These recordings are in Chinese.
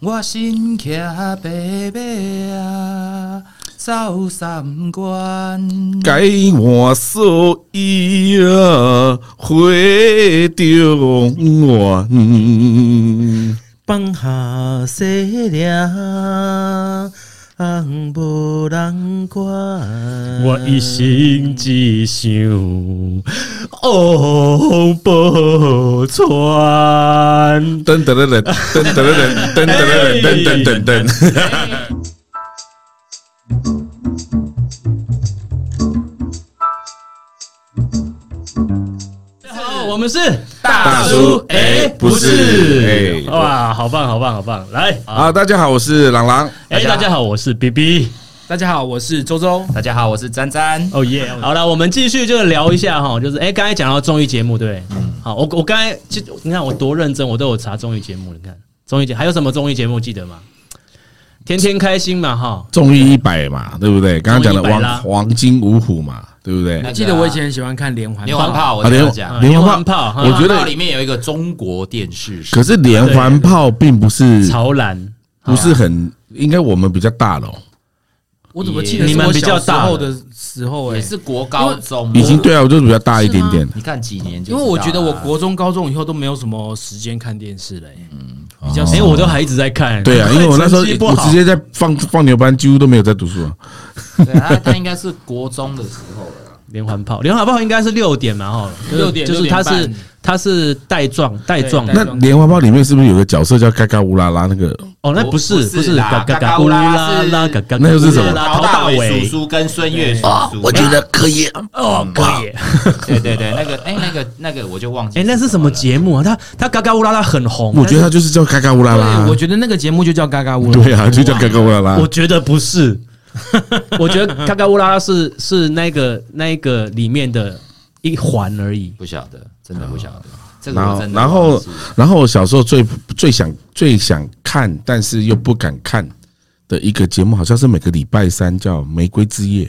我身骑白马啊，走三关。改我所衣啊，回中原。放下西凉，无人管。我一心只想王宝钏。噔噔噔噔噔噔噔噔噔噔噔噔噔噔。大家哦好，我们是大叔哎不是哎哇，好棒，好棒，好棒！来，好，啊大家好，我是朗朗。哎，大家好，我是 B B。大家好，我是周周。大家好，我是詹詹。哦耶！好了，我们继续就聊一下哈，就是哎，刚、才讲到综艺节目，对不对，嗯好，我我刚才就你看我多认真，我都有查综艺节目，你看综艺节还有什么综艺节目记得吗？天天开心嘛哈，综艺一百嘛，对不对？刚刚讲的综艺一百啦黄黄金五虎嘛，对不啊对？我记得我以前很喜欢看连环连环炮，我啊这连样讲环。连环连环炮，炮哈我觉连环得炮里面有一个中国电视可是连环炮并不是潮蓝不是很，应该我们比较大了哦，我怎么记得你是们我比较小时大候的的时候、也哎，是国高中，已经对啊，我就是比较大一点点。你看几年就知道因为了，我觉得我啊国中、高中以后都没有什么时间看电视了、哎比较哎、少。我都还一直在看，嗯哦对啊，因为我那时候成绩不我好直接在放放牛班，几乎都没有在读书啊。对他他应该是国中的时候了，连环炮，连环炮应该是六点嘛哈，就是六点就是它六是点半嗯它是带状带状对那的带状莲花包里面是不是有个角色叫嘎嘎乌拉拉？那个哦，那不是不是不是啦嘎嘎嘎嘎嘎咕乌啦拉啦是嘎嘎咕那又是什么啦啦陶大啊伟伟叔叔跟孙悦叔叔，得可以哦，可以。对对对，那个哎那个那个我就忘记哎、那是什么节目啊？他他嘎嘎乌拉拉很红，我觉得他就是叫嘎嘎乌拉拉对，我。觉得那个节目就叫《嘎嘎屋》。 对啊，就叫嘎嘎乌拉拉但是。我觉得不 是，我觉得嘎嘎乌拉拉是是那个那个里面的一环而已。不晓得，真的不晓得，这个然我后真，的啊然忘后记，然后我小时候最最想最想看，但是又不敢看的一个节目，好像是每个礼拜三叫《玫瑰之夜》，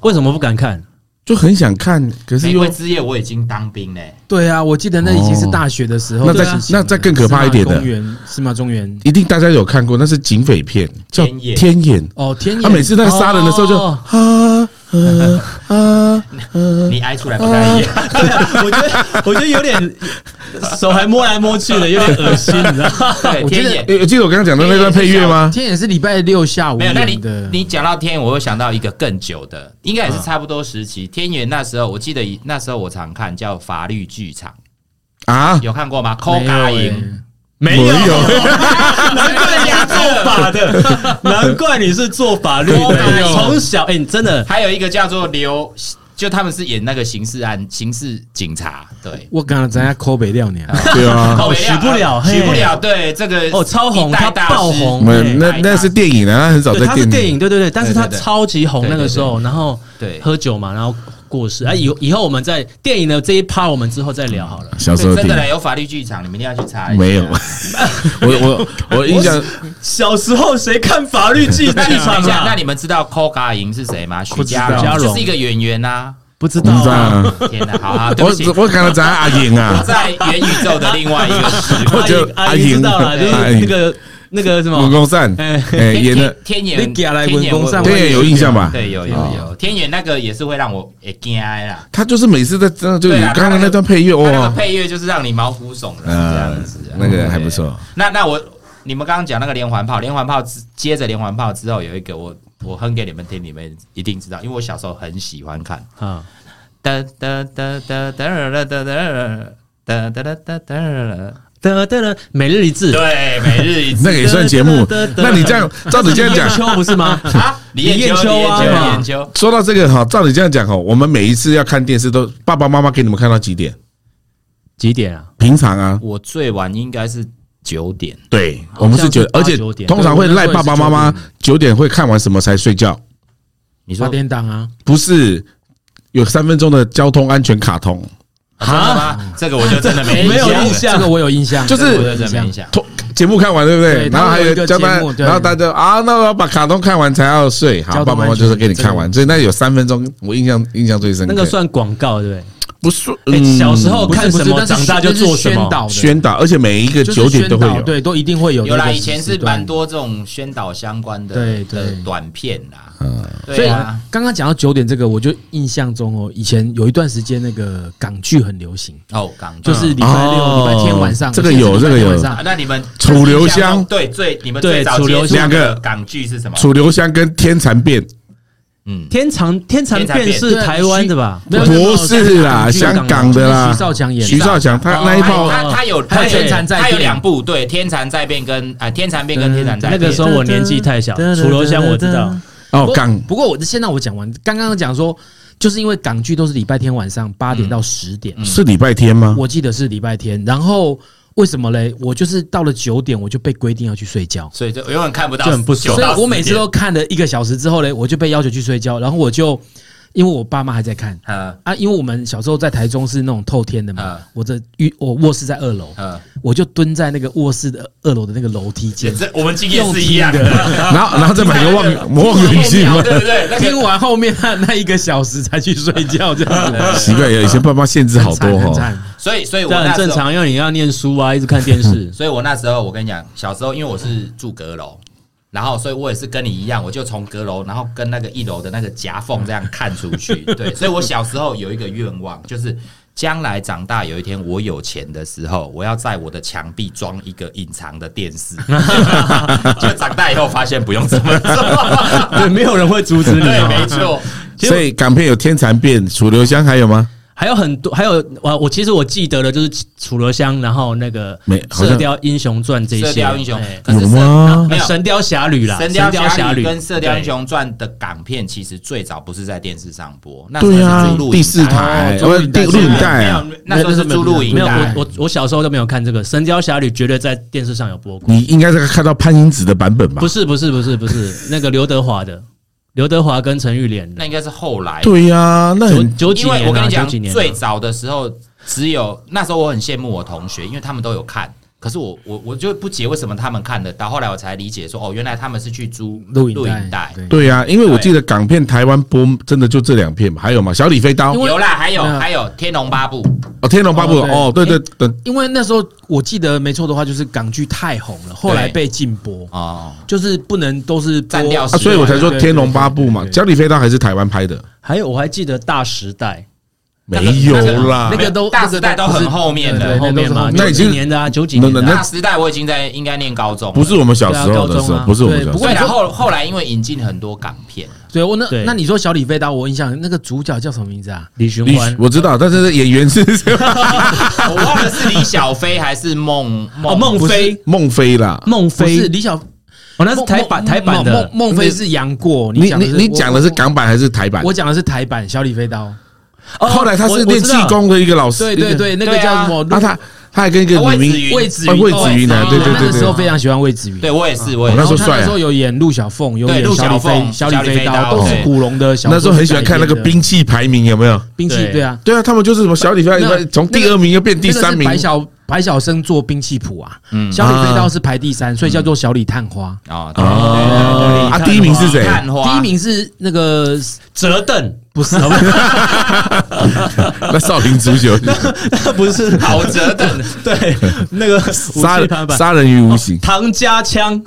为什么不敢看？就很想看，可是玫又瑰之夜我已经当兵嘞，对啊，我记得那已经是大学的时哦候那再的事情了。那再更可怕一点司马公的，园，司马中原。一定大家有看过，那是警匪片，叫天眼《天眼》。哦，天眼，他每次那个杀人的时候就哦啊呃啊，你挨出来不太一样， 呃我觉得我觉得有点手还摸来摸去的，有点恶心，你知道吗？ 对，我觉天得眼。有呃记得我刚刚讲的那段配乐吗？天眼是礼拜六下午没有，那你演的。你讲到天眼，我又想到一个更久的，应啊该也是差不多时期。天眼那时候，我记得那时候我常看叫《法律剧场啊》，，有看过吗？啊抠没有嘎哎营，欸没没有，有， 难怪你是做法的，难怪你是做法律没的。有从小，哎、你真的还有一个叫做刘，就他们是演那个刑事案、刑事警察，对，我刚刚在那抠北料呢。对啊， 口碑许不了嘿许不了，对这个哦超红一代他大爆师红我们那对那是电影啊，很少对，在他是电电影，对对对，但是他对对对超级红对对那个时候，然后对喝酒嘛，然后过世。哎，以以后我们在电影的这一趴，我们之后再聊好了。小时候对电真的嘞影有法律剧场，你们一定要去查一下。 没有。我我我印象小时候谁看法律剧剧那你们场啊？那你们知道 Koga 莹是谁吗？许不知道家许家荣荣就是一个演员呐。不知不道知道啊？啊，天哪，好啊， 对我不起只，我刚才讲阿莹 我啊，在元宇宙的另外一个世界。 我阿就莹阿阿莹莹知道了，就是阿莹那个那个什文么，公善哎哎 演的天眼，你寄来天眼文公上我电影有印象吧？对，有有有，天眼那个也是会让我也惊的啦。他就是每次在真的就对啊嗯刚刚那段配乐它那个哇，配乐就是让你毛骨悚然这样子啊，那个还不错。那那我你们刚刚讲那个连环炮，连环炮之接着连环炮之后有一个我我哼给你们听，你们一定知道，因为我小时候很喜欢看。啊，哒哒哒哒哒哒哒哒哒哒哒哒。得得得，每日一字，对，每日一那次个也算节目。那你这样照你这样讲叶，秋不是吗？啊，李艳李艳秋，李秋艳啊秋，李艳秋，说到这个哈，照你这样讲哈，我们每一次要看电视都爸爸妈妈给你们看到几点？几点啊？平常啊，我最晚应该是九点。对，好我们是像九是，八而且九点通常会对我那赖时候也爸是爸妈妈九点九点会看完什么才睡觉，你八说点档啊，不是有三分钟的交通安全卡通，真的吗？啊这个我就真的 没没有了印象这个我有印象，就是这个我我有就印真的没象印。象。通节目看完对不对？对然后还它会有有一个交代节目，对然后大家啊，那我要把卡通看完才要睡，好，交通爸爸妈妈安全就是给你看完，所以那有三分钟，我印象印象最深那个刻。算广告对不对？不是，哎嗯，小时候不是看不什是么那是长大就那是做什宣么，导的宣导，而且每一个就是九点宣都会导有，对，都一定会有。有啦，以前是蛮。多这种宣导相关的对对的短片啦，嗯，所对以啊，刚刚讲到九点这个，我就印象中哦，以前有一段时间那个港剧很流行，嗯哦，港剧就是礼拜哦六、礼拜天晚上，这个有我记得是礼这拜个有天晚啊上那你们楚留香印象中对最你们对最早楚留接触香的港剧是什么？楚留香跟天蚕变嗯，天长天长变是天长变台湾的吧？没有没有没不有是啦，香香港港的啦，徐少强演的徐少强他哦那一套他他有还有他有天蚕在他有变两部，对，《天蚕在变》跟啊，《天蚕变》跟《天蚕在嗯那变》个时候我年纪太小，楚留香我知道，哦不港不过我先让我讲完，刚刚讲说，就是因为港剧都是礼拜天晚上八嗯点到十点，是礼拜天吗？我记得是礼拜天。然后为什么嘞？我就是到了九点，我就被规定要去睡觉，所以就永远看不到，就很不爽9所哦到以我每10次点都看了一个小时之后嘞，我就被要求去睡觉。然后我就因为我爸妈还在看呃啊，因为我们小时候在台中是那种透天的嘛嗯，我的浴我卧室在二楼，呃，我就蹲在那个卧室的二楼的那个楼梯间简，直我们经验是一样的，然后然后再买个望望远镜嘛，对不对？那 听个完后面那那一个小时才去睡觉，这样子。 奇怪，以前爸妈限制好多很惨很哦。惨所以所以我这那很正时候，常，因为你要念书啊，一直看电 。视所以我那时候我跟你讲，小时候因为我是住阁楼。然后，所以我也是跟你一样，我就从阁楼，然后跟那个一楼的那个夹缝这样看出去。对，所以我小时候有一个愿望，就是将来长大有一天我有钱的时候，我要在我的墙壁装一个隐藏的电 视。就长大以后发现不用这么做，对，没有人会阻止你对，没哦。错。其实所以港片有天蚕变，楚留香还有吗？还有很多，还有我我其实我记得的就是楚留香，然后那个没《好像射雕英雄传》这些，射雕英雄哎，可是有射吗没有《神雕侠侣》啦，神雕侠侠侣》侣跟《射雕英雄传》的港片，其实最早不是在电视上播，那时候对啊是租，录第影四带台哦不是第录录影影没带有啊。，那时候是租录对影啊没有带哦我。我我小时候都没有看这个，《神雕侠侣》绝对在电视上有播过。你应该是看到潘英子的版本吧不？是不是不是不是 那个刘德华的，刘德华跟陈玉莲的那应该是后来，对呀，那九很九几因为年我跟啊你九讲几，年啊最早的时候只有那时候我很羡慕我同学，因为他们都有看。可是我我我就不解为什么他们看得到，后来我才理解说哦，原来他们是去租录影录影带带，，对对呀，因为我记得港片台湾播真的就这两片嘛，还有嘛，小李飞刀有啦，还有那还有《天龙八部》，哦，天龙八部哦哦，对对对对，因为那时候我记得没错的话，就是港剧太红了，后来被禁播，哦，就是不能都是播占掉啊，所以我才说对对对天龙八部嘛，对对对小李飞刀还是台湾拍的，还有我还记得《大时代没个啊有那个啦那，个都大时代都很后面对的对，》后面嘛，都是后那九面几年的啊，九几年的那啊大时代我已经在应该念高中了，不是我们小时候对的啊时高中候，啊不是我们对小不时过候。对，然后后来因为引进很多港片，对，我那对那你说小李飞刀，我印象那个主角叫什么名字啊？李寻你欢。我知道，但是演员是我忘了是李小飞还是孟哦，孟孟非，孟非啦。孟不是非，李小，哦，那是台版孟台版孟的孟孟非是杨过，你讲你你我讲的是港版还是台版我？讲的是台版小李飞刀，哦后来他我是我练知气道功的一个老师，对对一个。对，那个对啊叫什么？啊，他他还跟一个魏女子明，云，魏子哦云，魏子云啊哦对对对我那个对时候非常喜欢魏子云，对我也是，我也哦是那时候然后他帅啊那时候有演陆小凤，有对演陆小小李飞、凤小小李李飞飞刀都是对古龙的小说那时候很喜欢改看那个编的兵器排名有没有？兵器，对对啊，对啊，他们就是什么小李飞那刀，从第二名又变第三那名个是白。小白小生做兵器谱啊，小李飞刀是排第三，所以叫做小李探花。啊哦，啊，第一名是谁？探花第一名是那个折凳，不是那少林足球不 是郝哲等， 对那个武杀器排人版杀人于无形。唐家枪，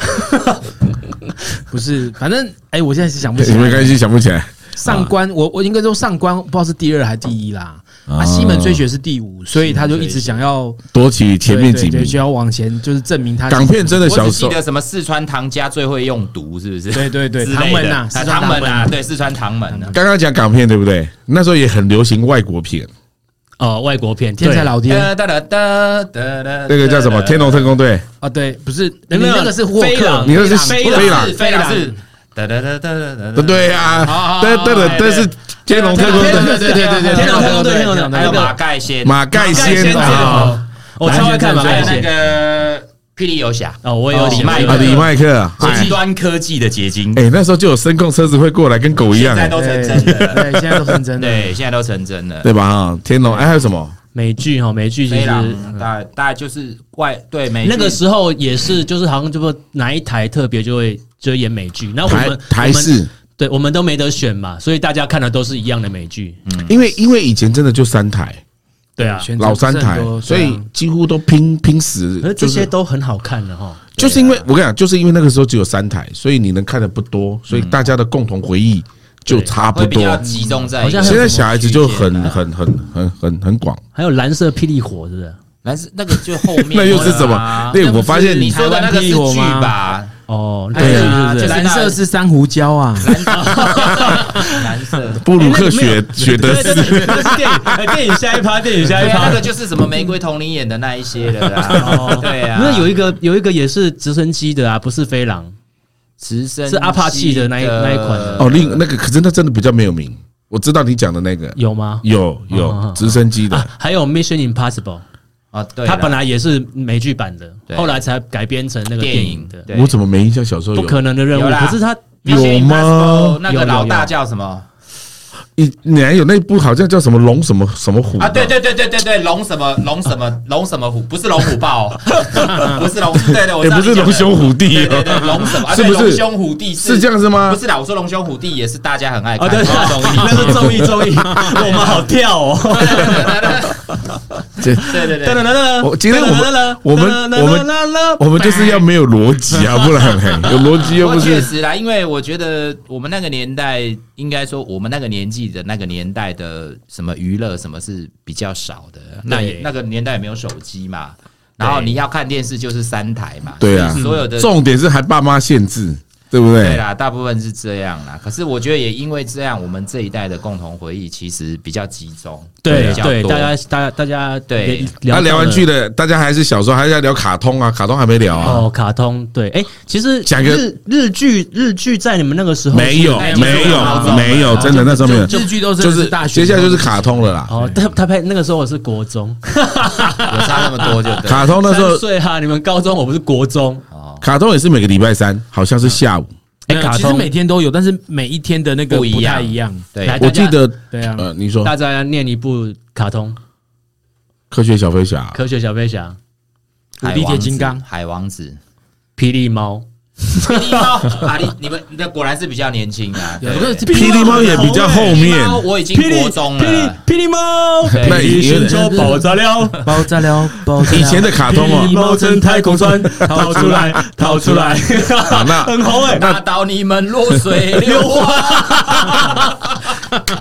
不是，反正哎，我现在是想不起你们来。关系想不起来？上啊官，我我应该说上官，不知道是第二还是第一啦。啊，西门吹雪是第五，所以他就一直想要夺取前面几名对对对。就要往前，就是证明他港。片真的我小只时记候得什么四川唐家最会用毒，是不是？对对对之类的唐门啊啊四川唐门唐门啊啊，对，四川唐门啊。刚刚讲港片对不对？那时候也很流行外国片，哦，外国片，天才对呃老爹哒哒哒哒哒哒，那个叫什么《天龙特工队》。啊，对，不是你有没有那个是霍飞克狼，你那是飞不狼飞是狼是飞狼是哒哒哒哒哒哒对哒，对啊，好对好对的，哎但对是天龙特工对队对对对对对，天龙特工队对天龙特工队还有那个马盖先，马盖先啊，我超爱看马还来有西那亚个霹雳游侠，哦，我有李麦啊，克李麦克啊，极端科技的结晶，哎，那时候就有声控车子会过来跟狗一样哎现，在都哎成真的， 对，现在都成真的。对，现在都成真了。对吧？啊，天龙哎还有什么？美剧哈，美剧其飞实嗯狼大大概就是怪对美剧那个时候也是，就是好像就不哪一台特别就会就会演美剧，那我台们台，我式们，对我们都没得选嘛，所以大家看的都是一样的美剧。因为因为以前真的就三台，对啊，嗯选择老不是三很台多，所对啊以几乎都拼拼死可是，就这些是都很好看的哈。就是因为我跟你讲，就是因为那个时候只有三台，所以你能看的不多，所以大家的共同回忆就差不会比较多。集中在好一个像区现间在啊。小孩子就很很很很很很广，还有蓝色霹雳火，是不是？但是那个就后面那又是什啊么？对，我发现你说的那个是台湾霹雳火剧吗吧？哦，哎对，呀啊是不这是？蓝蓝色是珊瑚礁 啊， 蓝色。布鲁克雪雪德对对斯，对，那是电影，哎电影下一趴，电影下一对啊，趴那。个就是什么玫瑰童林演的那一些的啦 哦，。对啊，那有一个有一个也是直升机的啊，不是飞狼，直升是阿帕奇的那一那一款的哦，另那个可是那真的比较没有名。我知道你讲的那个有吗？有有直升机的啊，还有 Mission Impossible，啊，对啦，它本来也是美剧版的，对后来才改编成那个电电影影的对我怎么没印象？小时候不有可能的任务有。啦可是它有吗？那个老大叫什么你你还有那部好像叫什么龙什么什么虎啊？对对对对对对，龙什么龙什么龙什么虎？不是龙虎豹哦， 不是龙，对对，也我知道不是你讲龙的兄虎弟哦对对对，龙什么？啊是对不龙是兄虎弟是这样子吗哦不？是啦，我说龙兄虎弟也是大家很爱啊，看对，的对那种对那是综艺综 艺，我们好跳哦。这 对对噔对噔噔噔，我今天我们我们我们们我们就是要没有逻辑啊，不然嘿有逻辑又不过不确是。实啦，因为我觉得我们那个年代，应该说我们那个年纪的那个年代的什么娱乐，什么是比较少的。那也那个年代也没有手机嘛，然后你要看电视就是三台嘛，对啊所以所有的重点是还爸妈限制，对不对啊对？啦，大部分是这样啦。可是我觉得也因为这样，我们这一代的共同回忆其实比较集中，对比较对，多大家大家大家对他啊聊完剧。去的，大家还是小时候还是要聊卡通啊，卡通还没聊啊。哦，卡通对，哎、其实讲个日日剧，日剧在你们那个时候没有哎，没有，没有，真的那时候没有，日剧都就是大学接下来就是卡通了啦。哦，他他拍那个时候我是国中，有差那么多就对了。卡通那时三候，岁啊哈，你们高中我不是国中，哦，卡通也是每个礼拜三，好像是下午。哎、没有卡其实通每天都有，但是每一天的那个不一不太样一样。哎对来，哎我记得，对啊，呃，你说大家念一部卡通《科学小飞侠，啊科学小飞侠》海力铁王子金刚海王子， 《霹雳猫霹雳猫啊，你你们你的果然是比较年轻啊。对有的是霹雳猫也比较后霹面雳，猫我已》，经霹雳国中霹雳了。啊霹雳猫，对那一以前寻求爆炸了，爆 炸了，爆炸了以前的卡通霹雳哦，猫乘太空 船逃出来，逃出来，啊那很红哎、打倒你们落水流花。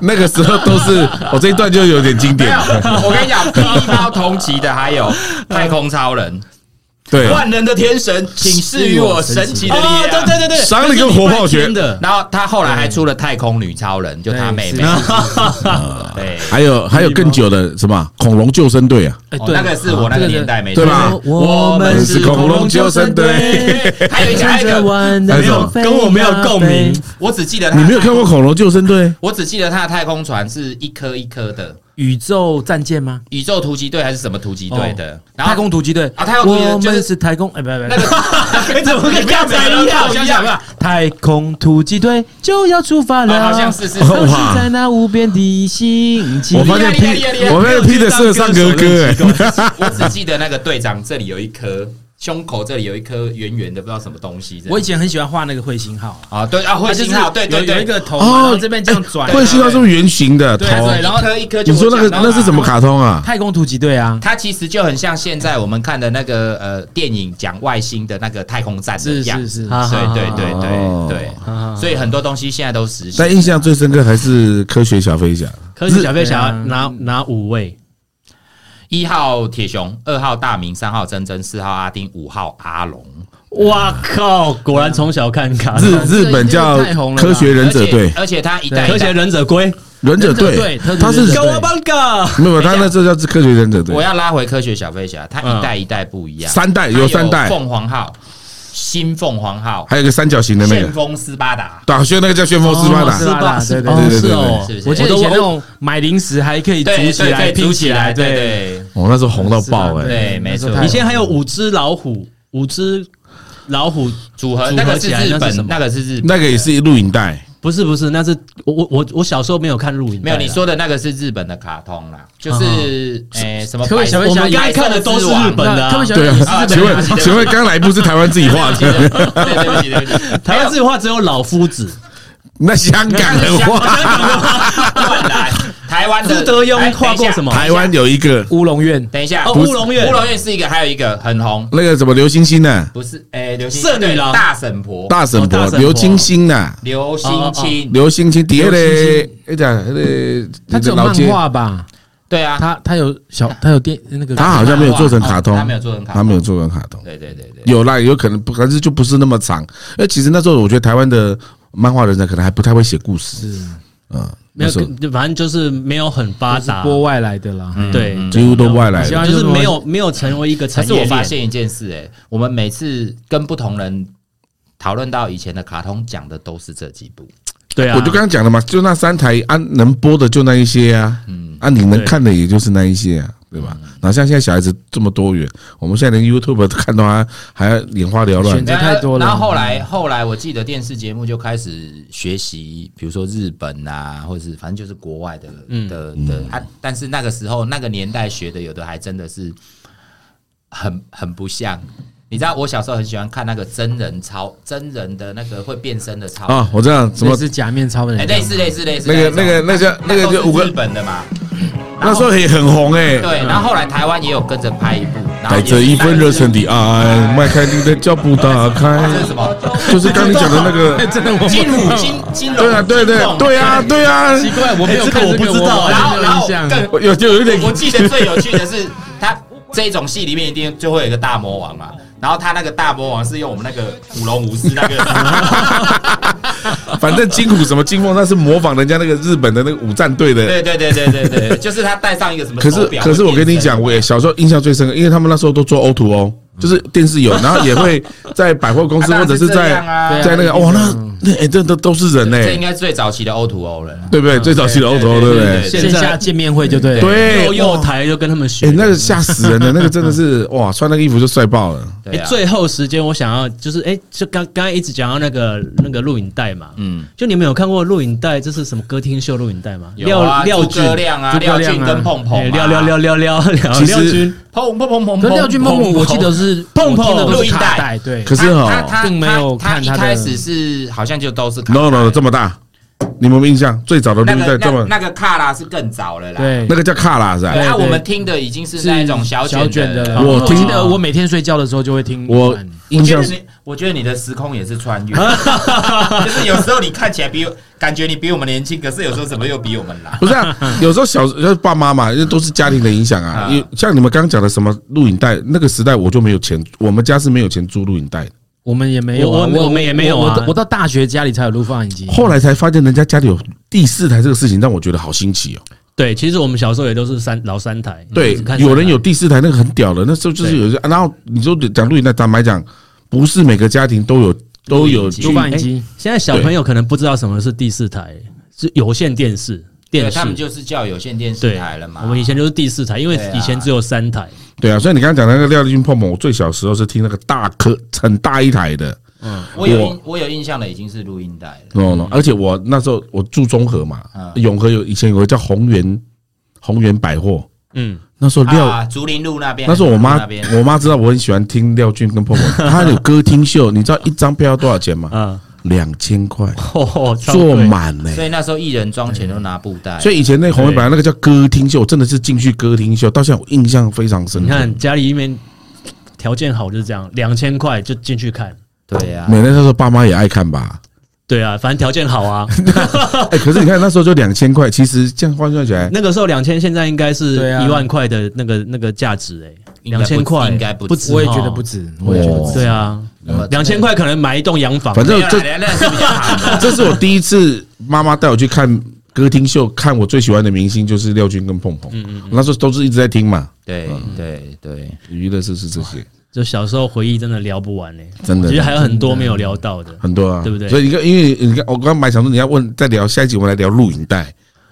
那个时候都是，我这一段就有点经没典有，。我跟你讲，霹雳猫同级的还有太空超人、对，万能的天神，请示于我神奇的力哦，对量。对对对，赏你个活泡学真的，然后他后来还出了太空女超人，就他妹妹。 对，还有还有更久的什么恐龙救生队啊，哎，哦对，那个是我那个年代没对吧我们是恐龙救生队。还有一个，还有一个，还有没什么跟我没有共鸣。我只记得他你没有看过《恐龙救生队》？我只记得他的太空船是一颗一颗的，宇宙战舰吗？宇宙突击队还是什么突击队哦的？然太后空突击队啊太空突击队我就是们是太空，哎，不不不，那个 哎，怎么跟刚啊才一样？想啊想吧，太空突击队就要出发了，啊好像是是是消失哇在那无边的星际。我发现 P，我发现 P 的是上哥哥哎，我只记得那个队长这里有一颗胸口，这里有一颗圆圆的，不知道什么东西这样。我以前很喜欢画那个彗星号，啊，对啊，会它就是信号，对对有有对，一个头嘛，哦然后这边这样转，啊会是那是圆形的头对。对，然后一颗一颗就你说那我个讲到那是什么卡通啊？太空突击队啊，它其实就很像现在我们看的那个呃电影讲外星的那个太空站的是样是子，是，好嗯对对对哦对对，所以很多东西现在都实但现。印象最深刻还是科学小飞侠，科学小飞侠日拿嗯拿五位，一号铁熊，二号大明，三号珍珍，四号阿丁，五号阿龙，哇靠！果然从小看卡日通日本叫科学忍者队、而且而且他一代科学忍者龟，忍者忍者队队特，他是忍者高队瓦邦嘎，没有，他那这叫是科学忍者我队，要拉回科学小飞侠，它一代一代不一样，三代它有三代凤凰号、新凤凰号、还有一个三角形的那旋个，风斯巴达，打旋那个叫旋风斯巴哦是达，吧吧？对对哦对是对哦是，不是？我记得我都以前那种买零食还可以对组起来对对拼组起起来，来，对对，对我哦那时候红到爆哎，对，没错。以前还有五只老虎，五只老虎组合组那合个是起来日那是什本，么？那个是日本，那个也是录影带，不是不是，那是我我我我小时候没有看录影带嗯没啦，嗯有你说的那个是日本的卡通啦，就是诶什么白？可不可以小飞我侠们刚才看的都是日本的啊特别喜对欢啊，请问请问刚来不是台湾自己画对 的，对不起对不 起，台湾字的话只有老夫子，那香港人画，乱来。台湾的朱德庸哎跨过等一下什么台湾有一个乌龙院等一下，哦不乌龙院乌龙院是一个，还有一个很红，那个什么刘星星呢？不是哎，刘星圣女郎对大婶婆，大婶哦大哦婆婶婆刘金星呐，刘星清，刘星星底下刘嘞，哎呀，那个他只有老漫街，画吧？对啊，他他有小他有电那个他好像没有做成卡通哦他没有做成卡通，他没有做成卡通，对对对对，有啦，有可能不，可是就不是那么长。哎，其实那时候我觉得台湾的漫画人才可能还不太会写故事，嗯，那没有时候，就反正就是没有很发是达，播外来的啦。啊对，几乎都外来希的望就是没有没有成为一个可产是业我链发。现一件事，哎，我们每次跟不同人讨论到以前的卡通，讲的都是这几部，对啊，我就刚刚讲了嘛，就那三台啊，能播的就那一些啊，嗯，啊，你能看的也就是那一些啊，对吧？然后像现在小孩子这么多元，我们现在连 YouTube 都看到他还要眼花缭乱选，择太多了然后后嗯来后来，我记得电视节目就开始学习，比如说日本啊，或者是反正就是国外的嗯的的啊。但是那个时候那个年代学的，有的还真的是很很不像。你知道我小时候很喜欢看那个真人超真人的那个会变身的超人，啊，我嗯知道什什么么是假面超人哎，？类似类似类似那个种那个那叫那个都是就五日个，嗯本的嘛。那时候也很红哎，对，然后后来台湾也有跟着拍一部，然后带也着是一份热忱带着的爱，迈开你的脚步打啊这开是，什么？就是刚你讲的那个，真的我金武金金龙对啊，对对对啊，对啊，奇怪，我没有哎这个看我不知道我啊然完后全没然有后更印象。我有就有一点我记得最有趣的是，他这种戏里面一定就会有一个大魔王嘛，然后他那个大魔王是用我们那个舞龙舞狮那 个，反正金虎什么金凤，那是模仿人家那个日本的那个武战队的。对对对对对对，就是他戴上一个什么可是手表可是我跟你讲，我也小时候印象最深刻，因为他们那时候都做 O to O，就是电视有，然后也会在百货公司啊或者是当然在是这样啊在那个对啊哇，那那哎，这都都是人这应哎，该最早期的 O to O 了啦，对不对？最早期的 O to O，对不对？线现下在见面会就对了。幼对，幼台就跟他们学哎，。那个吓死人的，那个真的是哇，穿那个衣服就帅爆了。对哎，啊，最后时间我想要就是哎，就刚刚刚一直讲到那个那个录影带嘛，嗯。就你们有看过录影带，这是什么歌厅秀录影带吗？有啊，廖廖诸俊葛，亮啊，诸葛亮廖啊俊跟碰碰哎啊，廖廖廖廖廖廖其实啊廖俊，碰碰碰碰可碰，是廖俊梦梦，我记得是碰碰我听的都录是音卡带带，对。可是他哈他并没有他看一他的开始是好像就都是卡，no no 拉 no，这么大，你们有没有印象？最早的录那音个带这那么那个卡拉是更早了啦，对那，个叫卡拉是吧对？啊，对我们听的已经是那一种小小卷卷的了。我我听记得我每天睡觉的时候就会听完。我我印觉象得你，我觉得你的时空也是穿越， 就是有时候你看起来比我，感觉你比我们年轻，可是有时候怎么又比我们老？不是啊， 有时候小就是爸妈嘛，因为都是家庭的影响啊。啊因为像你们刚刚讲的什么录影带，那个时代我就没有钱，我们家是没有钱租录影带的。嗯我们也没有啊，我我们也没有啊我我我到大学家里才有录放映机。后来才发现人家家里有第四台这个事情，让我觉得好新奇哦。嗯对，其实我们小时候也都是三老三台，对只看，三有人台有第四台，那个很屌的。那时候就是有一些，然后你就讲录影带，坦白讲，不是每个家庭都有都有去录放映机，哎现在小朋友可能不知道什么是第四台，是有线电视。电对，视他们就是叫有线电视对台了嘛。我们以前就是第四台，因为对啊以前只有三台。对啊。所以你刚刚讲那个廖立军碰碰，我最小时候是听那个大颗很大一台的，我有印我有印象的已经是录音带了。 no no，而且哦我那时候我住中和嘛，嗯永和有以前有个叫宏源宏源百货，嗯，那时候廖、啊，竹林路那边，那时候我妈那边我妈知道我很喜欢听廖俊跟 碰碰，她有歌厅秀，你知道一张票要多少钱吗？啊，两千块，哦，超坐贵满呢、嗯所以那时候艺人装钱都拿布袋，所以以前那宏源百货那个叫歌厅秀，真的是进去歌厅秀，到现在我印象非常深你刻。看家里面条件好就是这样，两千块就进去看。对啊呀，每天那时候爸妈也爱看吧，对啊，反正条件好啊。哎，可是你看那时候就两千块，其实这样换算起来，那个时候两千，现在应该是对啊一万块的那个那个价值哎，应两该不千块应该不止不止，我也觉得不。止，我也觉得不止。对啊，两千块可能买一栋洋哦房。反正没有啦这那是比较好的这是我第一次妈妈带我去看歌厅秀，看我最喜欢的明星就是廖军跟碰嗯碰。那时候都是一直在听嘛，对对对，娱乐是是这些，就小时候回忆真的聊不完哎，真的其实还有很多没有聊到的很多啊，对不对所以你看，因为你看，我刚刚买想说你要问再聊下一集，我们来聊录影带，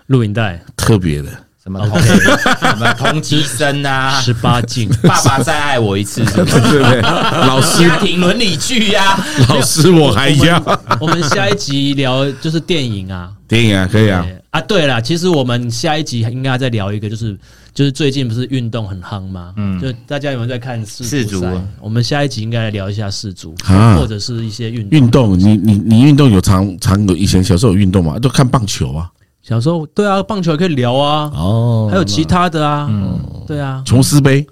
录影带。特别 的。什么 OK，同什么同期生啊，十八禁。爸爸再爱我一次，是对不是不对？ 老师，家庭伦理剧啊呀，老师，我还要我们下一集聊就是电影啊，电影啊，可以啊，对啊，对了，其实我们下一集应该再聊一个，就是就是最近不是运动很夯吗？嗯，就大家有没有在看世世足足赛啊？我们下一集应该来聊一下世足，啊或者是一些运动。运动，你你你运动有常常有以前小时候有运动嘛，都看棒球啊，小时候对啊，棒球也可以聊啊，哦，还有其他的啊，对啊，琼斯杯，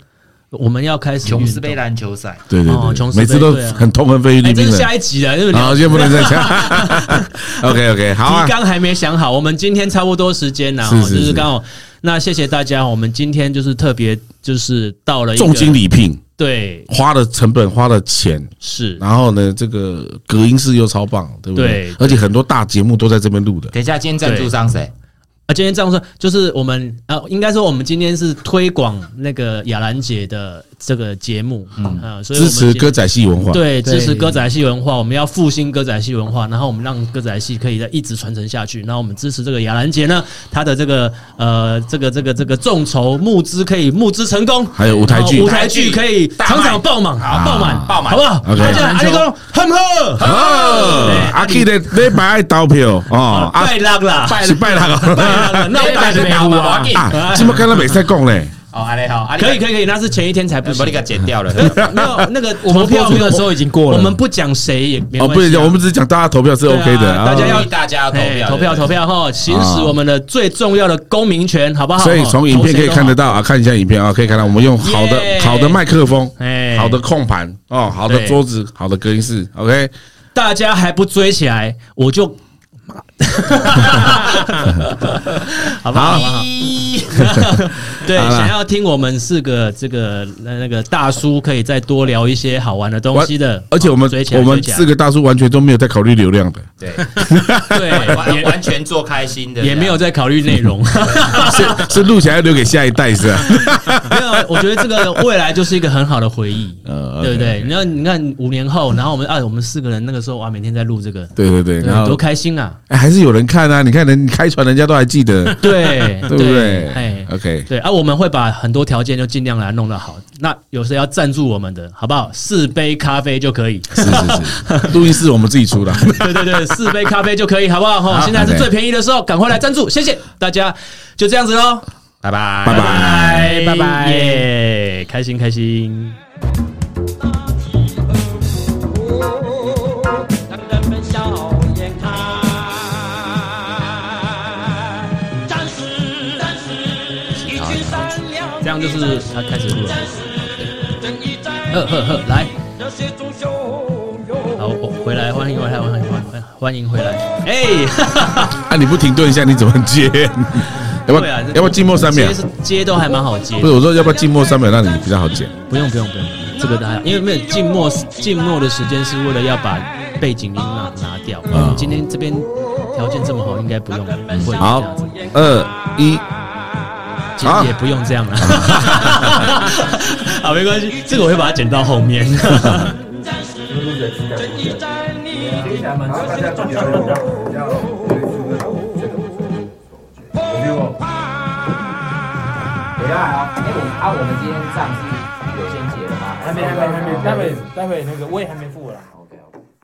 我们要开始琼斯运动杯篮球赛，对对哦对，琼斯杯每次都对啊很痛恨菲律哎，这宾是人。下一集了，就是好，聊现在不能再讲。OK OK，好啊提，纲还没想好，我们今天差不多时间了，是哦是就是是刚好。那谢谢大家，我们今天就是特别就是到了一个重金礼聘，对花的成本，花的钱，是然后呢，这个隔音室又超棒，对不对对？而且很多大节目都在这边录的。等一下，今天赞助商谁？啊，今天这样说，就是我们啊，应该说我们今天是推广那个雅兰姐的这个节目，嗯、呃，所以支我们持今歌仔戏文化。对对支持歌仔戏文化，我们要复兴歌仔戏文化，然后我们让歌仔戏可以在一直传承下去。然后我们支持这个雅兰姐呢，她的这个呃这个这个这个众筹募资可以募资成功，还有舞台剧啊然后舞台剧可以场场爆满，好爆满爆满好不好？ OK 大家阿力公，哼哼，哦，阿 K 的那把投票哦，啊，拜啦啦，是拜那拜个啦啦， 那我大打家打嘛，我要 紧啊，今麦看到没在讲嘞，哦，阿雷好，阿可以可以，以可以，那是前一天才不把行你。给剪 掉了。没有那 个我们投票播没出有的时候已经过我了，们不讲谁也没哦，关不系是，啊，我们只是讲大家投票是对啊 OK 的，大家要哦鼓励大家要投哎票，投票投。票哈，行使啊我们的最重要的公民权，好不好？所以从影片可以看得到啊，看一下影片啊，可以看到我们用好的耶好的麦克风哎，好的控盘哦，好的对桌子，好的隔音室，OK，大家还不追起来，我就妈，好不好？对，好啦想要听我们四个这个那那个大叔可以再多聊一些好玩的东西的，而且我们追起来我们追起来四个大叔完全都没有在考虑流量 的， 对， 对完完全做开心的，也也没有在考虑内 容。是是录起来留给下一代是吧？没有，我觉得这个未来就是一个很好的回忆，呃 对不对？你看，你看五年后，然后我们啊，我们四个人那个时候哇，每天在录这个，对对对，对然后多开心啊！，哎还是有人看啊！你看人你开船，人家都还记得 对对不对哎， ？OK，对啊，我们会把很多条件就尽量来弄得好。那有谁要赞助我们的，好不好？四杯咖啡就可以， 是是是，录音室我们自己出的。对对对，四杯咖啡就可以，好不好？哈，好现在是 OK 最便宜的时候，赶快来赞助，谢谢大家，就这样子喽，拜拜拜拜拜拜拜，耶，开心开心。让人们笑颜开。战士，战士，一群善良的战士，这样就是他开始录了正义在呵呵呵，来。热血中汹涌。好，我回来，欢迎回来，欢迎欢迎欢迎回来。哎、 啊，你不停顿一下，你怎么接？要不对要啊这要不要静默三秒接？是接都还蛮好接不，是我说，要不要静默三秒，让你比较好剪？不用不用不用，这个大家因为没有静默，静默的时间是为了要把背景音拿拿掉。嗯今天这边条件这么好，应该不用不会好这样子，二一，其实也不用这样了。啊 好，没关系，这个我会把它剪到后面。等一下啊，哎、我啊，我们今天账是有先结了吗？还没，还没，还没，待会待会那个我也还没付啦。